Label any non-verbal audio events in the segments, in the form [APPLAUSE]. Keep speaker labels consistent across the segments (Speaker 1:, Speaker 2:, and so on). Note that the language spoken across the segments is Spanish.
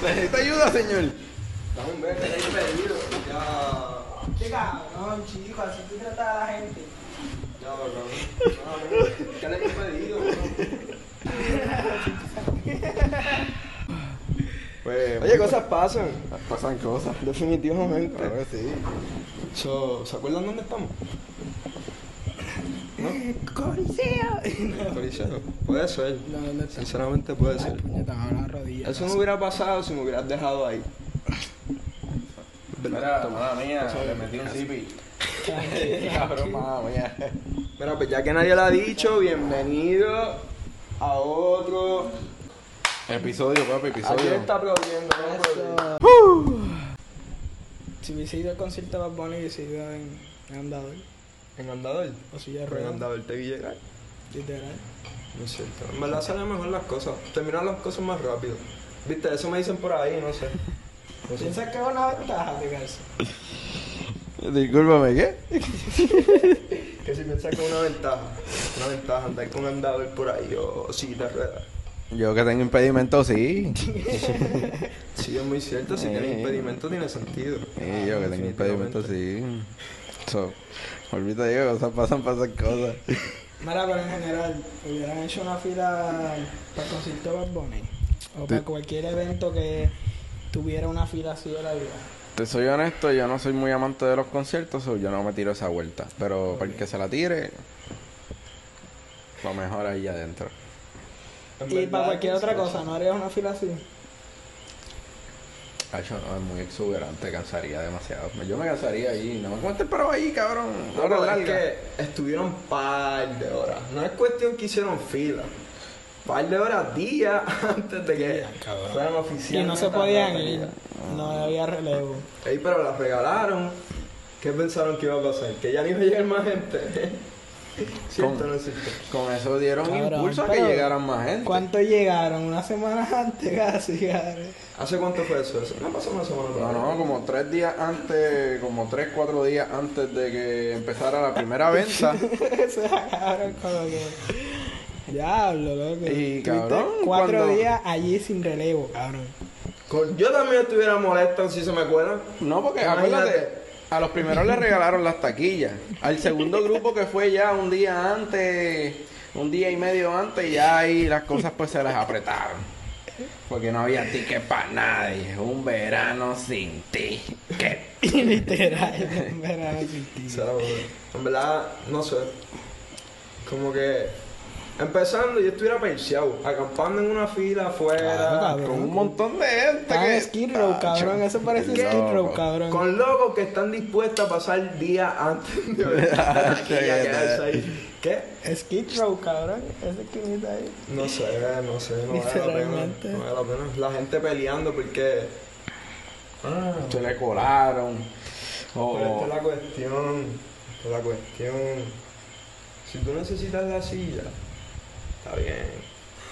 Speaker 1: perdido, señor.
Speaker 2: Estamos en verde, ahí perdido. Ya.
Speaker 3: Qué cabrón, chico, así tú tratas a la gente.
Speaker 2: Ya, cabrón. Ya le hemos pedido,
Speaker 1: Pues,
Speaker 4: Oye, cosas pasan.
Speaker 1: pasan cosas.
Speaker 4: Definitivamente.
Speaker 1: Claro que sí.
Speaker 4: So, ¿Se acuerdan dónde estamos?
Speaker 3: Coliseo.
Speaker 4: Coliseo. Puede ser.
Speaker 3: No, ¿dónde está?
Speaker 4: Sinceramente puede
Speaker 3: Ay,
Speaker 4: ser.
Speaker 3: puñeta, me van a rodillas.
Speaker 4: Eso no hubiera pasado si me hubieras dejado ahí.
Speaker 2: Mira, mamá mía, le metí un zipi.
Speaker 1: Cabrón, mamá mía.
Speaker 4: Mira, pues ya que nadie lo ha dicho, bienvenido a otro.
Speaker 1: Episodio, papi,
Speaker 4: ¿A quién
Speaker 1: episodio.
Speaker 4: está aplaudiendo? No, aplaudir.
Speaker 3: Eso. Si hubiese ido al concierto de Bad Bunny, hubiese ido en en andador.
Speaker 4: En andador.
Speaker 3: O si ya
Speaker 4: Pero En
Speaker 3: rodando.
Speaker 4: andador te vi llegar.
Speaker 3: Literal.
Speaker 4: No es cierto. En verdad salen mejor las cosas. Terminan las cosas más rápido. Viste, eso me dicen por ahí, no sé. No sé.
Speaker 3: ¿Piensas que es una ventaja pegarse?
Speaker 1: Discúlpame, ¿qué?
Speaker 4: Que si piensas que es una ventaja. Una ventaja andar con andador por ahí o silla de ruedas.
Speaker 1: Yo que tengo impedimento, sí.
Speaker 4: Sí, es muy cierto. Si tienes impedimento, tiene sentido.
Speaker 1: Eh. Sí, yo que tengo impedimento, sí. So, olvídate, digo, cosas pasan, pasan cosas.
Speaker 3: Mira, pero en general, hubieran hecho una fila para el concierto de Bad Bunny. O para cualquier evento que tuviera una fila así de la vida.
Speaker 1: Te soy honesto, yo no soy muy amante de los conciertos, so yo no me tiro esa vuelta. Pero para el que se la tire, lo mejor ahí adentro.
Speaker 4: En
Speaker 3: Y para
Speaker 4: verdad, pues,
Speaker 3: cualquier otra
Speaker 4: sí.
Speaker 3: cosa, ¿no harías una fila así?
Speaker 1: Hacho, no, es muy exuberante, cansaría demasiado. Yo me cansaría ahí, no me cuentes pero ahí, cabrón.
Speaker 4: No,
Speaker 1: Hora
Speaker 4: pero es
Speaker 1: larga.
Speaker 4: que estuvieron par de horas. No es cuestión que hicieron fila. Par de horas, días [LAUGHS] antes de que fueran
Speaker 3: Y
Speaker 4: oficiales.
Speaker 3: no se podían ir. No había relevo.
Speaker 4: Ey, pero las regalaron. ¿Qué pensaron que iba a pasar? Que ya no iba a llegar más gente. [LAUGHS] ¿Cierto o no es cierto?
Speaker 1: Con eso dieron
Speaker 3: Cabrón,
Speaker 1: impulso a que
Speaker 3: pero-
Speaker 1: llegaran más gente.
Speaker 3: ¿Cuánto llegaron? Una semana [LAUGHS] antes casi llegaron.
Speaker 4: ¿Hace cuánto fue eso? Eso No pasó una semana.
Speaker 1: No, no, como tres días antes, como tres, cuatro días antes de que empezara la primera
Speaker 3: [LAUGHS]
Speaker 1: venta.
Speaker 3: Eso era cabrón como que... Diablo, loco.
Speaker 1: Y,
Speaker 3: Tuviste
Speaker 1: cabrón,
Speaker 3: cuatro
Speaker 1: cuando-
Speaker 3: días allí sin relevo, cabrón. [LAUGHS]
Speaker 4: Con- Yo también estuviera molesto si se me acuerdan.
Speaker 1: No, porque
Speaker 4: Imagínate.
Speaker 1: acuérdate, a los primeros le regalaron las taquillas. Al segundo grupo que fue ya un día antes, un día y medio antes, ya ahí las cosas pues se las apretaron. Porque no había ticket para nadie. Un verano sin ticket.
Speaker 3: Literal. [LAUGHS] en verano sin ti.
Speaker 4: Se la jodí. En verdad, no sé. Como que. Empezando, yo estuviera perseado, acampando en una fila
Speaker 3: Claro,
Speaker 4: afuera,
Speaker 3: cabrón.
Speaker 1: Con un montón de gente
Speaker 3: Estaba
Speaker 1: que...
Speaker 3: en Skid Row, cabrón. Eso parece
Speaker 1: Qué
Speaker 3: Skid Row,
Speaker 1: loco.
Speaker 3: cabrón.
Speaker 4: con locos que están dispuestos a pasar días antes de
Speaker 3: [LAUGHS]
Speaker 4: ver la taquilla que hace ahí. ¿Qué?
Speaker 3: Skid Row, cabrón. Esa esquinita ahí.
Speaker 4: No sé, no sé, no vale la pena.
Speaker 3: Literalmente.
Speaker 4: No vale la pena. La gente peleando porque. Ah,
Speaker 1: Se le colaron. O-
Speaker 4: pero esta es la cuestión. Esta es la cuestión. Si tú necesitas la silla, está bien.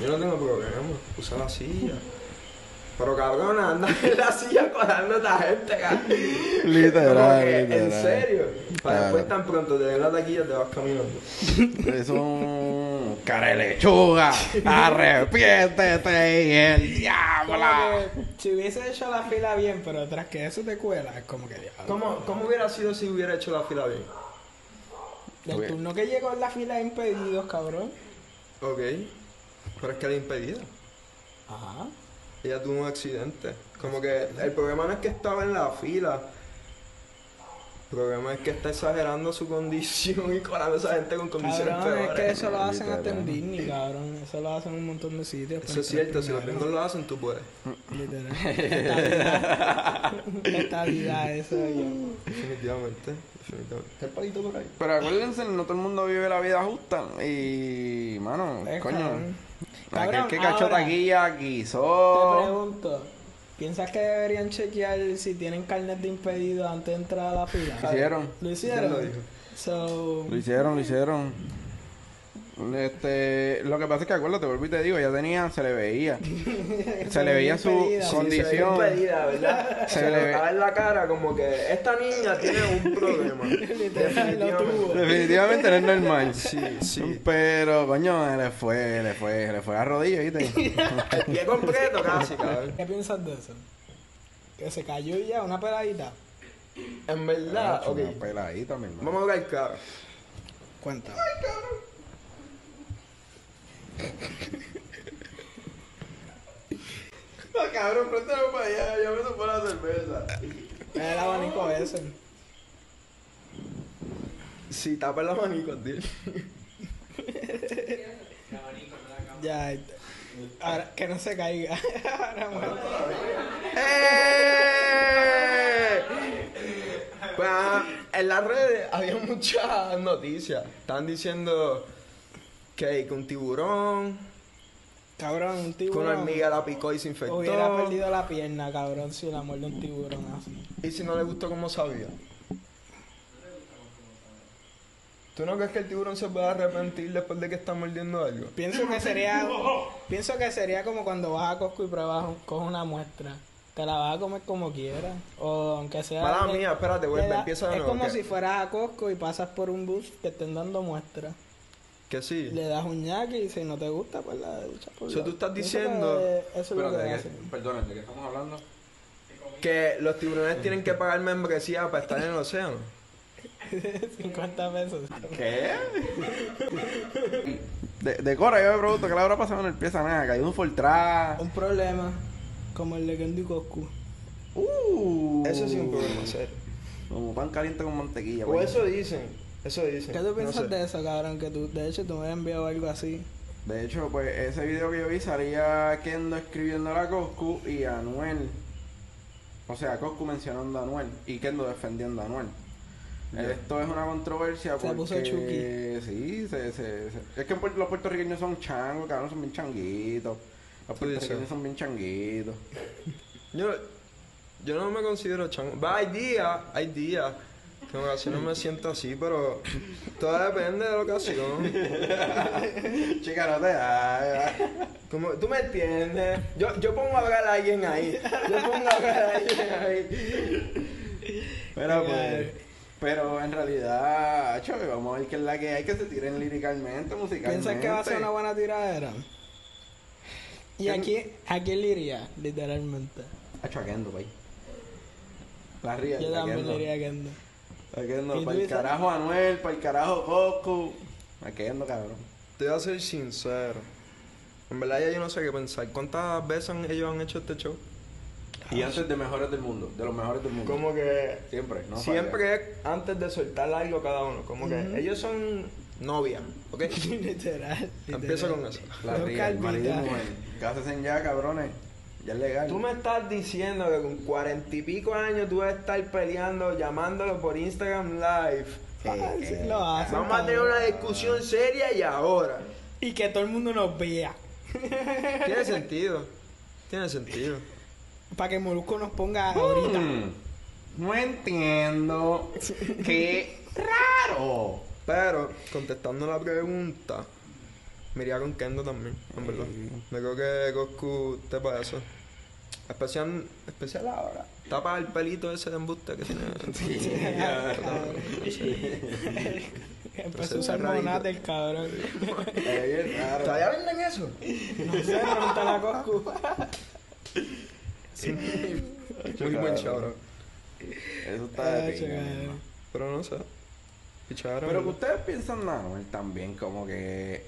Speaker 4: Yo no tengo problema, usa la silla. Pero cabrón, anda en la silla colando a esta gente, cabrón. Como
Speaker 1: Literal,
Speaker 4: que, En
Speaker 1: literal.
Speaker 4: serio. Para después
Speaker 1: Claro.
Speaker 4: tan pronto te den la taquilla te vas caminando.
Speaker 1: Es un cara de lechuga. Arrepiéntete y el
Speaker 3: Como
Speaker 1: diablo.
Speaker 3: que si hubiese hecho la fila bien, pero tras que eso te cuela, es como que diablo.
Speaker 4: ¿Cómo, ¿Cómo hubiera sido si hubiera hecho la fila bien?
Speaker 3: Del
Speaker 1: Bien.
Speaker 3: turno que llegó en la fila de impedidos, cabrón.
Speaker 4: Ok. Pero es que la impedida.
Speaker 3: Ajá.
Speaker 4: Ella tuvo un accidente. Como que el problema no es que estaba en la fila. El problema es que está exagerando su condición y colando a esa gente con condiciones
Speaker 3: Cabrón, es
Speaker 4: peores.
Speaker 3: que eso lo hacen hasta en
Speaker 1: Literal.
Speaker 3: Disney, cabrón. Eso lo hacen en un montón de sitios. pues,
Speaker 4: Eso es cierto, si los gringos lo hacen, tú puedes.
Speaker 3: Literal. Estabilidad. Estabilidad, eso yo.
Speaker 4: Definitivamente, definitivamente. Está el palito por ahí.
Speaker 1: Pero acuérdense, no todo el mundo vive la vida justa. Y, mano,
Speaker 3: Es
Speaker 1: coño.
Speaker 3: Pues, cabrón. Cabrón,
Speaker 1: aquel que cachó
Speaker 3: ahora-
Speaker 1: taquilla
Speaker 3: Te
Speaker 1: guisó.
Speaker 3: pregunto, ¿piensas que deberían chequear si tienen carnet de impedido antes de entrar a la fila?
Speaker 1: Lo hicieron.
Speaker 3: Lo
Speaker 4: Ya lo
Speaker 3: hicieron.
Speaker 4: dijo.
Speaker 3: So,
Speaker 1: Lo hicieron, lo hicieron. Este, lo que pasa es que acuérdate, vuelvo y te digo, ya tenía, se
Speaker 3: [LAUGHS]
Speaker 1: le veía. se le veía su
Speaker 3: Impedida. Sí,
Speaker 1: condición.
Speaker 4: Se ve impedida, ¿verdad?
Speaker 1: Se
Speaker 4: Se,
Speaker 1: le
Speaker 4: le
Speaker 1: ve-
Speaker 4: notaba en la cara como que esta niña tiene un problema.
Speaker 3: Literal, lo tuvo.
Speaker 1: Definitivamente no
Speaker 3: [LAUGHS]
Speaker 1: es normal.
Speaker 4: Sí, sí.
Speaker 1: Pero, coño, le fue, le fue, le fue a rodillas, ¿viste?
Speaker 4: El pie completo casi, cabrón.
Speaker 3: ¿qué piensas de eso? Que se cayó y ya, una peladita.
Speaker 4: En verdad,
Speaker 1: Hacho,
Speaker 4: ok.
Speaker 1: Ah, Una peladita, mi hermano.
Speaker 4: Vamos a hablar claro.
Speaker 3: Cuenta.
Speaker 2: No, cabrón, préstame para allá, yo me supo la cerveza.
Speaker 3: Era el abanico ese.
Speaker 4: Si tapa el abanico, tío.
Speaker 3: Ya. este. Ahora, que no se caiga. [LAUGHS] Ahora, mano.
Speaker 4: ¡Eh! Pues, ajá, en las redes había muchas noticias. Estaban diciendo que, hay que un tiburón,
Speaker 3: Cabrón, un
Speaker 4: que una
Speaker 3: tiburón.
Speaker 4: hormiga la picó y se infectó.
Speaker 3: Hubiera perdido la pierna, cabrón, si la muerde un tiburón así.
Speaker 4: ¿Y si no le gustó como sabía? ¿Tú no crees que el tiburón se puede arrepentir después de que está mordiendo algo?
Speaker 3: Pienso que sería pienso que sería como cuando vas a Costco y pruebas, un- coges una muestra. Te la vas a comer como quieras. O aunque sea.
Speaker 4: Mala
Speaker 3: de-
Speaker 4: mía, espérate,
Speaker 3: de
Speaker 4: vuelve,
Speaker 3: la-
Speaker 4: empieza de
Speaker 3: Es
Speaker 4: nuevo.
Speaker 3: como
Speaker 4: que,
Speaker 3: si fueras a Costco y pasas por un bus que estén dando muestras.
Speaker 4: que sí.
Speaker 3: Le das un ñaki y si no te gusta, pues la ducha por
Speaker 4: O sea,
Speaker 3: la-
Speaker 4: tú estás
Speaker 3: Pienso que
Speaker 4: diciendo-
Speaker 3: Eso es lo
Speaker 1: Espérate,
Speaker 3: que
Speaker 1: ¿de qué-
Speaker 3: hacen.
Speaker 1: perdona, ¿de qué estamos hablando?
Speaker 4: Que los tiburones tienen que pagar membresía para estar en el océano.
Speaker 3: [LAUGHS] 50 pesos.
Speaker 1: ¿Qué? De, de Cora, yo me pregunto, ¿qué le habrá pasado en el pie a nada? Cayó un Fortran.
Speaker 3: Un problema. Como el de Kendu Coscu.
Speaker 1: Uh,
Speaker 4: Eso sí es un problema serio.
Speaker 1: Como pan caliente con mantequilla. pues.
Speaker 4: O
Speaker 1: coño.
Speaker 4: eso dicen. Eso dicen.
Speaker 3: ¿Qué tú piensas
Speaker 4: no sé.
Speaker 3: de eso, cabrón? Que tú, de hecho, tú me habías enviado algo así.
Speaker 1: De hecho, pues ese video que yo vi salía Kendo escribiendo a Coscu y a Anuel. O sea, Coscu mencionando a Anuel y Kendo defendiendo a Anuel.
Speaker 4: Ya.
Speaker 1: Esto es una controversia
Speaker 3: Se
Speaker 1: porque...
Speaker 3: puso Chucky.
Speaker 1: Sí, se, se, se- Es que en Puerto- los puertorriqueños son changos, cabrón, son bien changuitos. Los
Speaker 4: Tú dices.
Speaker 1: puertorriqueños son bien changuitos. [LAUGHS]
Speaker 4: Yo, yo no me considero chango. Va, hay días, hay días. Que en ocasiones me siento así, pero todo depende de la ocasión.
Speaker 1: Chica, no te hagas.
Speaker 4: Como, ¿Tú me entiendes? Yo, yo pongo a hablar a alguien ahí. Yo pongo a hablar a alguien ahí.
Speaker 1: Pero, pues,
Speaker 3: Claro.
Speaker 1: pero en realidad, acho, vamos a ver qué es la que hay que se tiren liricalmente, musicalmente.
Speaker 3: ¿Piensas que va a ser una buena tiradera? ¿Y
Speaker 1: ¿Quién-
Speaker 3: aquí a quién le iría, literalmente?
Speaker 1: Acho, a Kendo, pay. La ría,
Speaker 3: Yo
Speaker 1: la
Speaker 3: también
Speaker 1: Kendo.
Speaker 3: le iría a Kendo.
Speaker 1: La Kendo,
Speaker 3: ¿Y
Speaker 1: para
Speaker 3: tú
Speaker 1: el
Speaker 3: dices?
Speaker 1: carajo Anuel, para el carajo Coscu. La Kendo, cabrón.
Speaker 4: Te voy a ser sincero. En verdad ya yo no sé qué pensar. ¿Cuántas veces han- ellos han hecho este show?
Speaker 1: Y antes de mejores del mundo, de los mejores del mundo.
Speaker 4: Como que
Speaker 1: Siempre, ¿no?
Speaker 4: siempre es antes de soltar algo cada uno. Como que
Speaker 3: Ujú.
Speaker 4: ellos son novias,
Speaker 3: [LAUGHS]
Speaker 4: ¿ok?
Speaker 3: [LAUGHS] literal.
Speaker 4: Empieza con eso.
Speaker 1: falla. La
Speaker 3: Los
Speaker 1: ría, el marido y
Speaker 3: calvitas.
Speaker 1: mujer. Cásense ya, cabrones. Ya es legal.
Speaker 4: Tú me estás diciendo que con cuarenta y pico años tú vas a estar peleando, llamándolo por Instagram Live.
Speaker 3: Ah, sí, lo hacen,
Speaker 4: Eh, Vamos a tener
Speaker 3: cabrón.
Speaker 4: una discusión seria y
Speaker 3: [LAUGHS]
Speaker 4: ahora.
Speaker 3: Y que todo el mundo nos vea.
Speaker 4: Tiene sentido. Tiene sentido.
Speaker 3: Para que Molusco nos ponga
Speaker 4: Oh. [LAUGHS]
Speaker 3: ahorita.
Speaker 1: Mm, No entiendo. Qué raro.
Speaker 4: Pero, contestando la pregunta, me iría con Kendo también, en verdad. Me creo que Goku te para eso. Especial, especial ahora. Tapa el pelito ese de embuste que [LAUGHS] tiene.
Speaker 3: [LAUGHS]
Speaker 4: Pues
Speaker 3: Empezó a usar
Speaker 4: cerradito.
Speaker 3: monate el cabrón. [LAUGHS]
Speaker 1: Es bien raro.
Speaker 4: ¿Todavía venden eso?
Speaker 3: No sé, pregunta a Coscu.
Speaker 4: [LAUGHS] [LAUGHS] Muy buen chavo.
Speaker 1: Eso está de
Speaker 3: Ah,
Speaker 1: pinga,
Speaker 3: chaval.
Speaker 1: mi hermano.
Speaker 4: Pero no sé. Pichara,
Speaker 1: Pero que
Speaker 4: ¿verdad?
Speaker 1: ustedes piensan nada, Anuel también, como que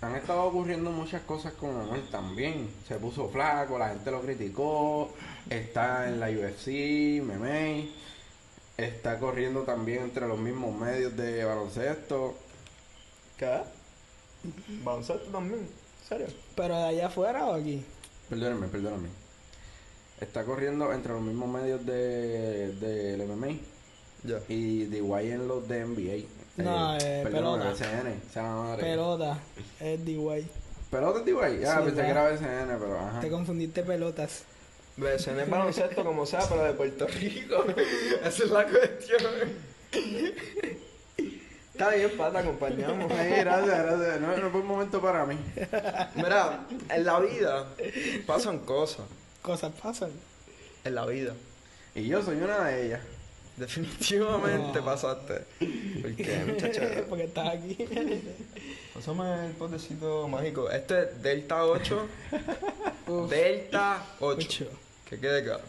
Speaker 1: han estado ocurriendo muchas cosas con Anuel también. Se puso flaco, la gente lo criticó, está en la UFC, MMA, está corriendo también entre los mismos medios de baloncesto.
Speaker 4: ¿Qué? ¿Baloncesto también? ¿En serio?
Speaker 3: ¿Pero de allá afuera o aquí?
Speaker 1: Perdónenme, perdónenme. Está corriendo entre los mismos medios de, del MMA
Speaker 4: Ya.
Speaker 1: y de igual en los de NBA.
Speaker 3: No, eh,
Speaker 1: perdóname,
Speaker 3: pelota.
Speaker 1: BCN, esa madre.
Speaker 3: Pelota. Es D-Way.
Speaker 1: Pelota de igual. Ah,
Speaker 3: Sí,
Speaker 1: pensé
Speaker 3: va.
Speaker 1: que era BCN, pero ajá.
Speaker 4: Ah.
Speaker 3: Te confundiste pelotas.
Speaker 4: BCN es baloncesto como sea, pero de Puerto Rico. [LAUGHS] Esa es la cuestión. Está bien, pata, acompañamos.
Speaker 1: Ay, gracias, gracias. No, no fue un momento para mí.
Speaker 4: Mira, en la vida pasan cosas.
Speaker 3: Cosas pasan.
Speaker 4: En la vida.
Speaker 1: Y yo soy una de ellas.
Speaker 4: Definitivamente
Speaker 3: No.
Speaker 4: pasaste. Ah. ¿Por qué, muchacha?
Speaker 3: [LAUGHS] Porque estás aquí.
Speaker 4: Pásame el potecito mágico. Este es Delta 8.
Speaker 3: Uf,
Speaker 4: Delta 8.
Speaker 3: ocho.
Speaker 4: Que quede claro.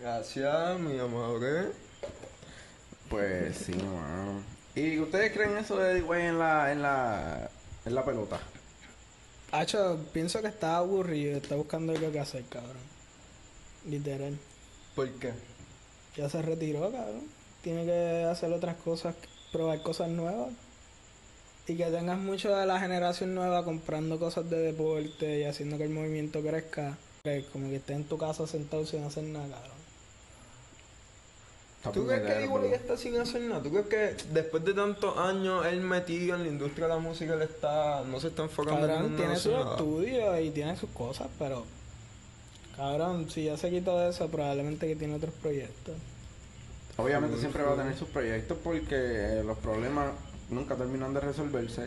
Speaker 4: Gracias, mi amor. ¿eh?
Speaker 1: Pues sí, mano. ¿Y ustedes creen eso de güey en la, en la, en la pelota?
Speaker 3: Hacho, pienso que está aburrido, está buscando algo que hacer, cabrón. Literal.
Speaker 4: ¿Por qué?
Speaker 3: Ya se retiró, cabrón. Tiene que hacer otras cosas, probar cosas nuevas. Y que tengas mucho de la generación nueva comprando cosas de deporte y haciendo que el movimiento crezca. Que como que estés en tu casa sentado sin hacer nada, cabrón.
Speaker 1: Está
Speaker 4: ¿Tú crees que
Speaker 1: puñetero,
Speaker 4: igual ya
Speaker 1: pero-
Speaker 4: está sin hacer nada? ¿Tú crees que después de tantos años él metido en la industria de la música él está, no se está enfocando
Speaker 3: Cabrón
Speaker 4: en
Speaker 3: tiene
Speaker 4: su
Speaker 3: sus estudios y tiene sus cosas, pero. Cabrón, si ya se quitó de eso, probablemente que tiene otros proyectos.
Speaker 1: Obviamente siempre va a tener sus proyectos porque eh, los problemas nunca terminan de resolverse.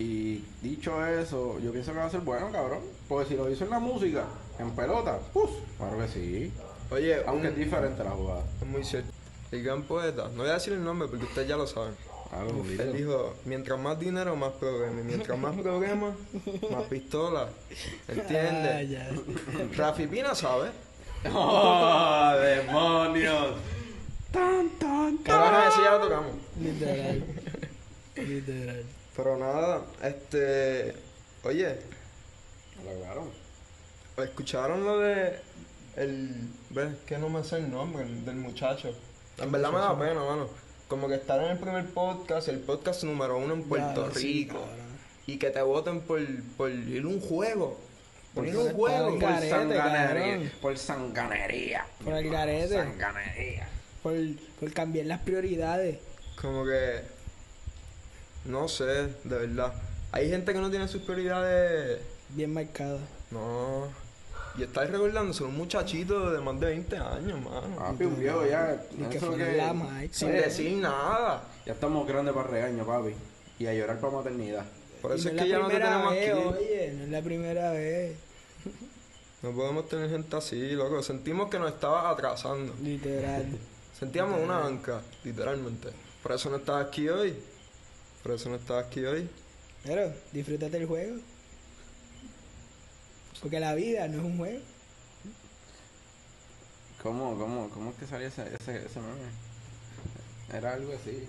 Speaker 1: Y dicho eso, yo pienso que va a ser bueno, cabrón. Porque si lo hizo en la música, en pelota, ¡puf! Claro que sí.
Speaker 4: Oye,
Speaker 1: Aunque
Speaker 4: aunque
Speaker 1: es diferente la jugada.
Speaker 4: Es muy cierto. El gran poeta, no voy a decir el nombre porque ustedes ya lo saben.
Speaker 1: Claro, dilo.
Speaker 4: Él dijo, mientras más dinero, más problemas. Y mientras más problemas,
Speaker 3: [LAUGHS]
Speaker 4: más pistolas.
Speaker 3: Ah,
Speaker 4: ¿Entiendes?
Speaker 3: ya. [LAUGHS]
Speaker 4: Rafi Pina sabe.
Speaker 1: ¡Oh, demonios! ¡Tan, tan,
Speaker 4: Pero bueno, ese ya lo tocamos.
Speaker 3: Literal. Literal.
Speaker 4: Pero nada, este... Oye,
Speaker 1: Lo lograron.
Speaker 4: ¿escucharon lo de... El... ¿Ves? Que no me sé el nombre del muchacho. En verdad me da pena, mano. Como que estar en el primer podcast, el podcast número uno en Puerto
Speaker 3: Ya, sí,
Speaker 4: Rico.
Speaker 3: cabrón.
Speaker 4: y que te voten por, por ir a un juego. Por ir a
Speaker 3: Porque
Speaker 4: un juego.
Speaker 3: está
Speaker 1: Por
Speaker 3: Garete,
Speaker 1: sanganería.
Speaker 3: cabrón.
Speaker 1: Por sanganería.
Speaker 3: Por el garete.
Speaker 1: Sanganería.
Speaker 3: Por, por cambiar las prioridades.
Speaker 4: Como que. No sé, de verdad. Hay gente que no tiene sus prioridades.
Speaker 3: Bien marcadas.
Speaker 4: No. Y estáis recordándose un muchachito de más de 20 años,
Speaker 3: Ah.
Speaker 4: mano.
Speaker 1: Papi, un viejo ya.
Speaker 3: Y que
Speaker 1: eso
Speaker 3: fue
Speaker 1: que-
Speaker 3: la Mike.
Speaker 4: Sin decir nada.
Speaker 1: Ya estamos grandes para regaño, papi. Y a llorar para maternidad.
Speaker 4: Por
Speaker 3: Y
Speaker 4: eso
Speaker 3: no
Speaker 4: es que
Speaker 3: la
Speaker 4: ya no te
Speaker 3: primera
Speaker 4: tenemos
Speaker 3: vez,
Speaker 4: aquí.
Speaker 3: Oye, no es la primera vez.
Speaker 4: No podemos tener gente así, loco. Sentimos que nos estaba atrasando.
Speaker 3: Literal.
Speaker 4: Sentíamos una banca, literalmente. Por eso no estás aquí hoy. Por eso no estás aquí hoy.
Speaker 3: Pero, disfrútate el juego. Porque la vida no es un juego. [LAUGHS]
Speaker 1: ¿Cómo, cómo, cómo es que salía ese, ese, ese meme? Era algo así.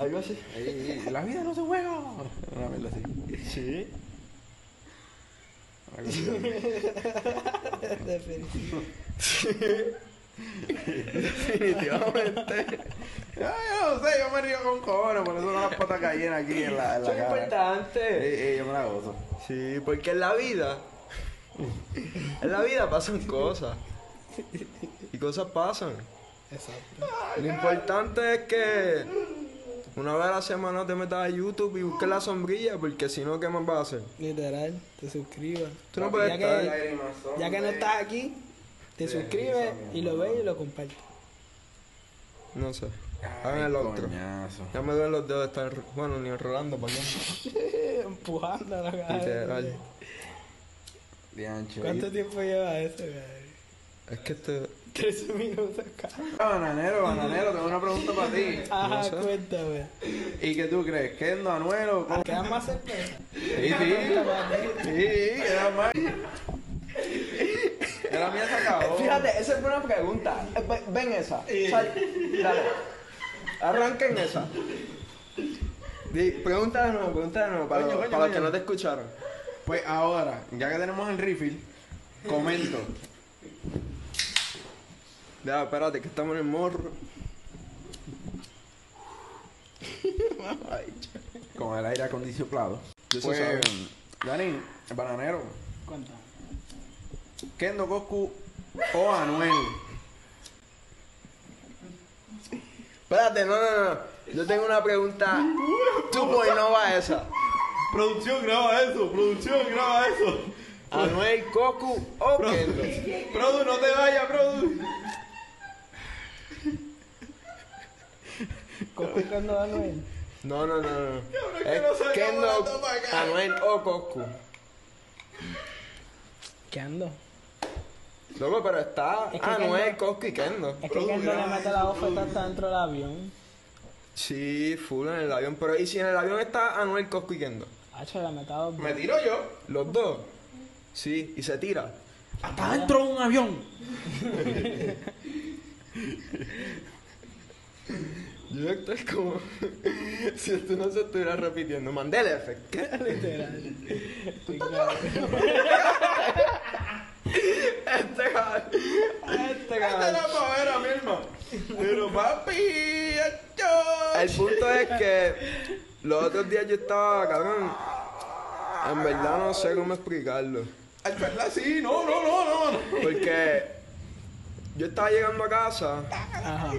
Speaker 4: Algo así.
Speaker 1: Ey, ey, la vida no se juega. Una mierda así.
Speaker 4: Sí.
Speaker 1: Algo así.
Speaker 3: Definitivo.
Speaker 4: [LAUGHS] Definitivamente.
Speaker 1: Ay, yo no sé, yo me río con cojones, por eso no las patas caían aquí en la, en la
Speaker 4: Eso es
Speaker 1: cara.
Speaker 4: importante.
Speaker 1: Ey, ey, yo me la gozo.
Speaker 4: Sí, porque en la vida. En la vida pasan cosas. Y cosas pasan.
Speaker 3: Exacto.
Speaker 4: Lo importante es que una vez a la semana te metas a YouTube y busques la sombrilla, porque si no, ¿qué más vas a hacer?
Speaker 3: Literal, te suscribas.
Speaker 4: Tú no puedes
Speaker 3: ya,
Speaker 4: estar.
Speaker 3: que, ya que no estás aquí, te suscribes y lo ves y lo compartes.
Speaker 4: No sé. Hagan
Speaker 1: Ay,
Speaker 4: el otro.
Speaker 1: coñazo.
Speaker 4: Ya me duelen los dedos de estar. Bueno, ni enrolando, perdón.
Speaker 3: [LAUGHS] Empujando a la cara.
Speaker 4: Literal.
Speaker 1: Diancho.
Speaker 3: ¿Cuánto
Speaker 1: Y-
Speaker 3: tiempo lleva eso, cabrón?
Speaker 4: Es que este.
Speaker 3: 13 minutos, cabrón.
Speaker 1: Ah, Bananero, bananero, tengo una pregunta para ti.
Speaker 3: Ajá,
Speaker 4: sé.
Speaker 3: cuéntame.
Speaker 1: ¿Y qué tú crees? ¿Kendo, Anuel o cómo?
Speaker 3: Quedan más cerca.
Speaker 1: Sí, sí. Sí, era más. Ya la mía se
Speaker 3: Oh.
Speaker 1: acabó.
Speaker 4: Fíjate, esa es buena pregunta. Eh, ve- Ven esa. Sal- dale. Arranquen esa. Di- pregunta de nuevo, pregunta de nuevo. Para,
Speaker 1: Coño,
Speaker 4: los-
Speaker 1: coño,
Speaker 4: para los
Speaker 1: coño.
Speaker 4: que no te escucharon.
Speaker 1: Pues ahora, ya que tenemos el refill, comento.
Speaker 4: Ya, espérate, que estamos en el morro.
Speaker 1: Con el aire acondicionado.
Speaker 4: Ya se
Speaker 1: Pues,
Speaker 4: sabe.
Speaker 1: Dani, el bananero.
Speaker 3: Cuéntame.
Speaker 1: Kendo Goku o Anuel.
Speaker 4: Espérate, no, no, no. Yo tengo una pregunta. Tu boy no va a esa.
Speaker 2: Producción, graba eso. Producción, graba eso.
Speaker 4: Anuel, Coco o Kendo.
Speaker 2: Produ, no te vayas, Produ.
Speaker 3: ¿Cómo cuando Anuel?
Speaker 4: No, no, no, no.
Speaker 2: que
Speaker 4: Es
Speaker 2: no salgamos de
Speaker 4: Kendo,
Speaker 2: esto pa' acá.
Speaker 4: Anuel o Coco.
Speaker 3: ¿Qué ando?
Speaker 4: Loco, pero está
Speaker 3: Es que
Speaker 4: Anuel,
Speaker 3: Kendo-
Speaker 4: Coco y Kendo.
Speaker 3: Es que Kendo le mete la oferta hasta dentro del avión.
Speaker 4: Sí, full en el avión. Pero, ¿y si en el avión está Anuel, Cosco y Kendo?
Speaker 3: Hacho, la meta dos
Speaker 2: Me tiro yo.
Speaker 4: ¿Los dos? Sí, y se tira.
Speaker 1: Hasta dentro de un avión.
Speaker 4: Yo voy a actuar como [LAUGHS] si esto no se estuviera repitiendo. Mandela Effect. ¿Qué? [LAUGHS]
Speaker 3: Literal. Sí, claro.
Speaker 4: Este cabrón. Este
Speaker 1: Esta es
Speaker 4: cabrón.
Speaker 1: la pavera misma. Pero papi, esto.
Speaker 4: El punto es que los otros días yo estaba, cabrón. En verdad no sé cómo explicarlo.
Speaker 1: Al verdad sí, no, no, no, no.
Speaker 4: Porque yo estaba llegando a casa,
Speaker 3: Ajá.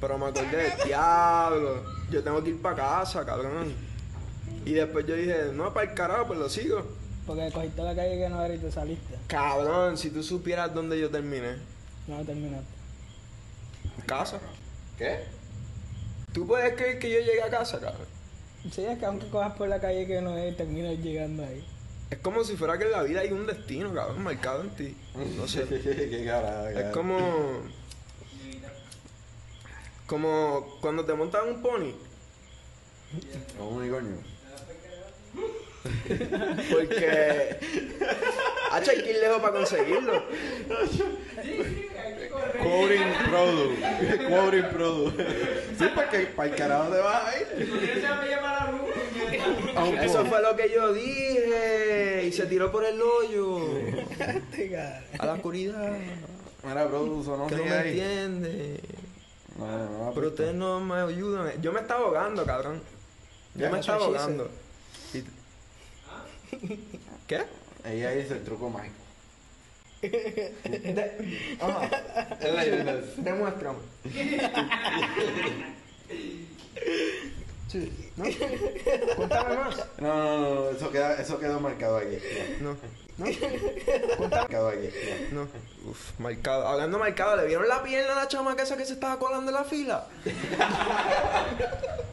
Speaker 4: pero me acordé, diablo, yo tengo que ir para casa, cabrón. Y después yo dije, no, para el carajo, pues lo sigo.
Speaker 3: Porque cogiste la calle que no era y te saliste.
Speaker 4: Cabrón, si tú supieras dónde yo terminé.
Speaker 3: No terminaste.
Speaker 4: En Casa.
Speaker 1: ¿Qué?
Speaker 4: ¿Tú puedes creer que yo llegué a casa, cabrón?
Speaker 3: Sí, es que aunque cojas por la calle que no es, terminas llegando ahí.
Speaker 4: Es como si fuera que en la vida hay un destino, cabrón, marcado en ti. No sé.
Speaker 1: [LAUGHS] Qué cabrón.
Speaker 4: Es como. Como cuando te montas en un pony.
Speaker 1: Un unicornio.
Speaker 4: Porque. Hacha hay que ir lejos para conseguirlo.
Speaker 1: Quoting Product. Quoting Product. Sí, porque para el carajo te vas a ir. A un
Speaker 4: Eso
Speaker 1: pony.
Speaker 4: fue lo que yo dije. Y se tiró por el hoyo.
Speaker 3: Este cara.
Speaker 4: A la oscuridad.
Speaker 1: Mira, Product, no
Speaker 4: Que no
Speaker 1: sigue
Speaker 4: me
Speaker 1: ahí.
Speaker 4: entiende.
Speaker 1: No, no, no, no,
Speaker 4: Pero ustedes no me ayudan. Yo me estaba ahogando, cabrón. Yo
Speaker 1: Ya,
Speaker 4: me estaba
Speaker 3: así se-
Speaker 4: ahogando. Y- ¿Qué?
Speaker 1: Ella hizo el truco mágico.
Speaker 4: De... Ajá. Demuéstrame. Sí. ¿No? Cuéntame más.
Speaker 1: No, no, no, no, eso, queda, eso quedó marcado aquí. Ya,
Speaker 4: [LAUGHS] No,
Speaker 1: Marcado aquí. ya.
Speaker 4: no. Uf, marcado. Hablando marcado, ¿le vieron la pierna a la chamaca esa que se estaba colando en la fila?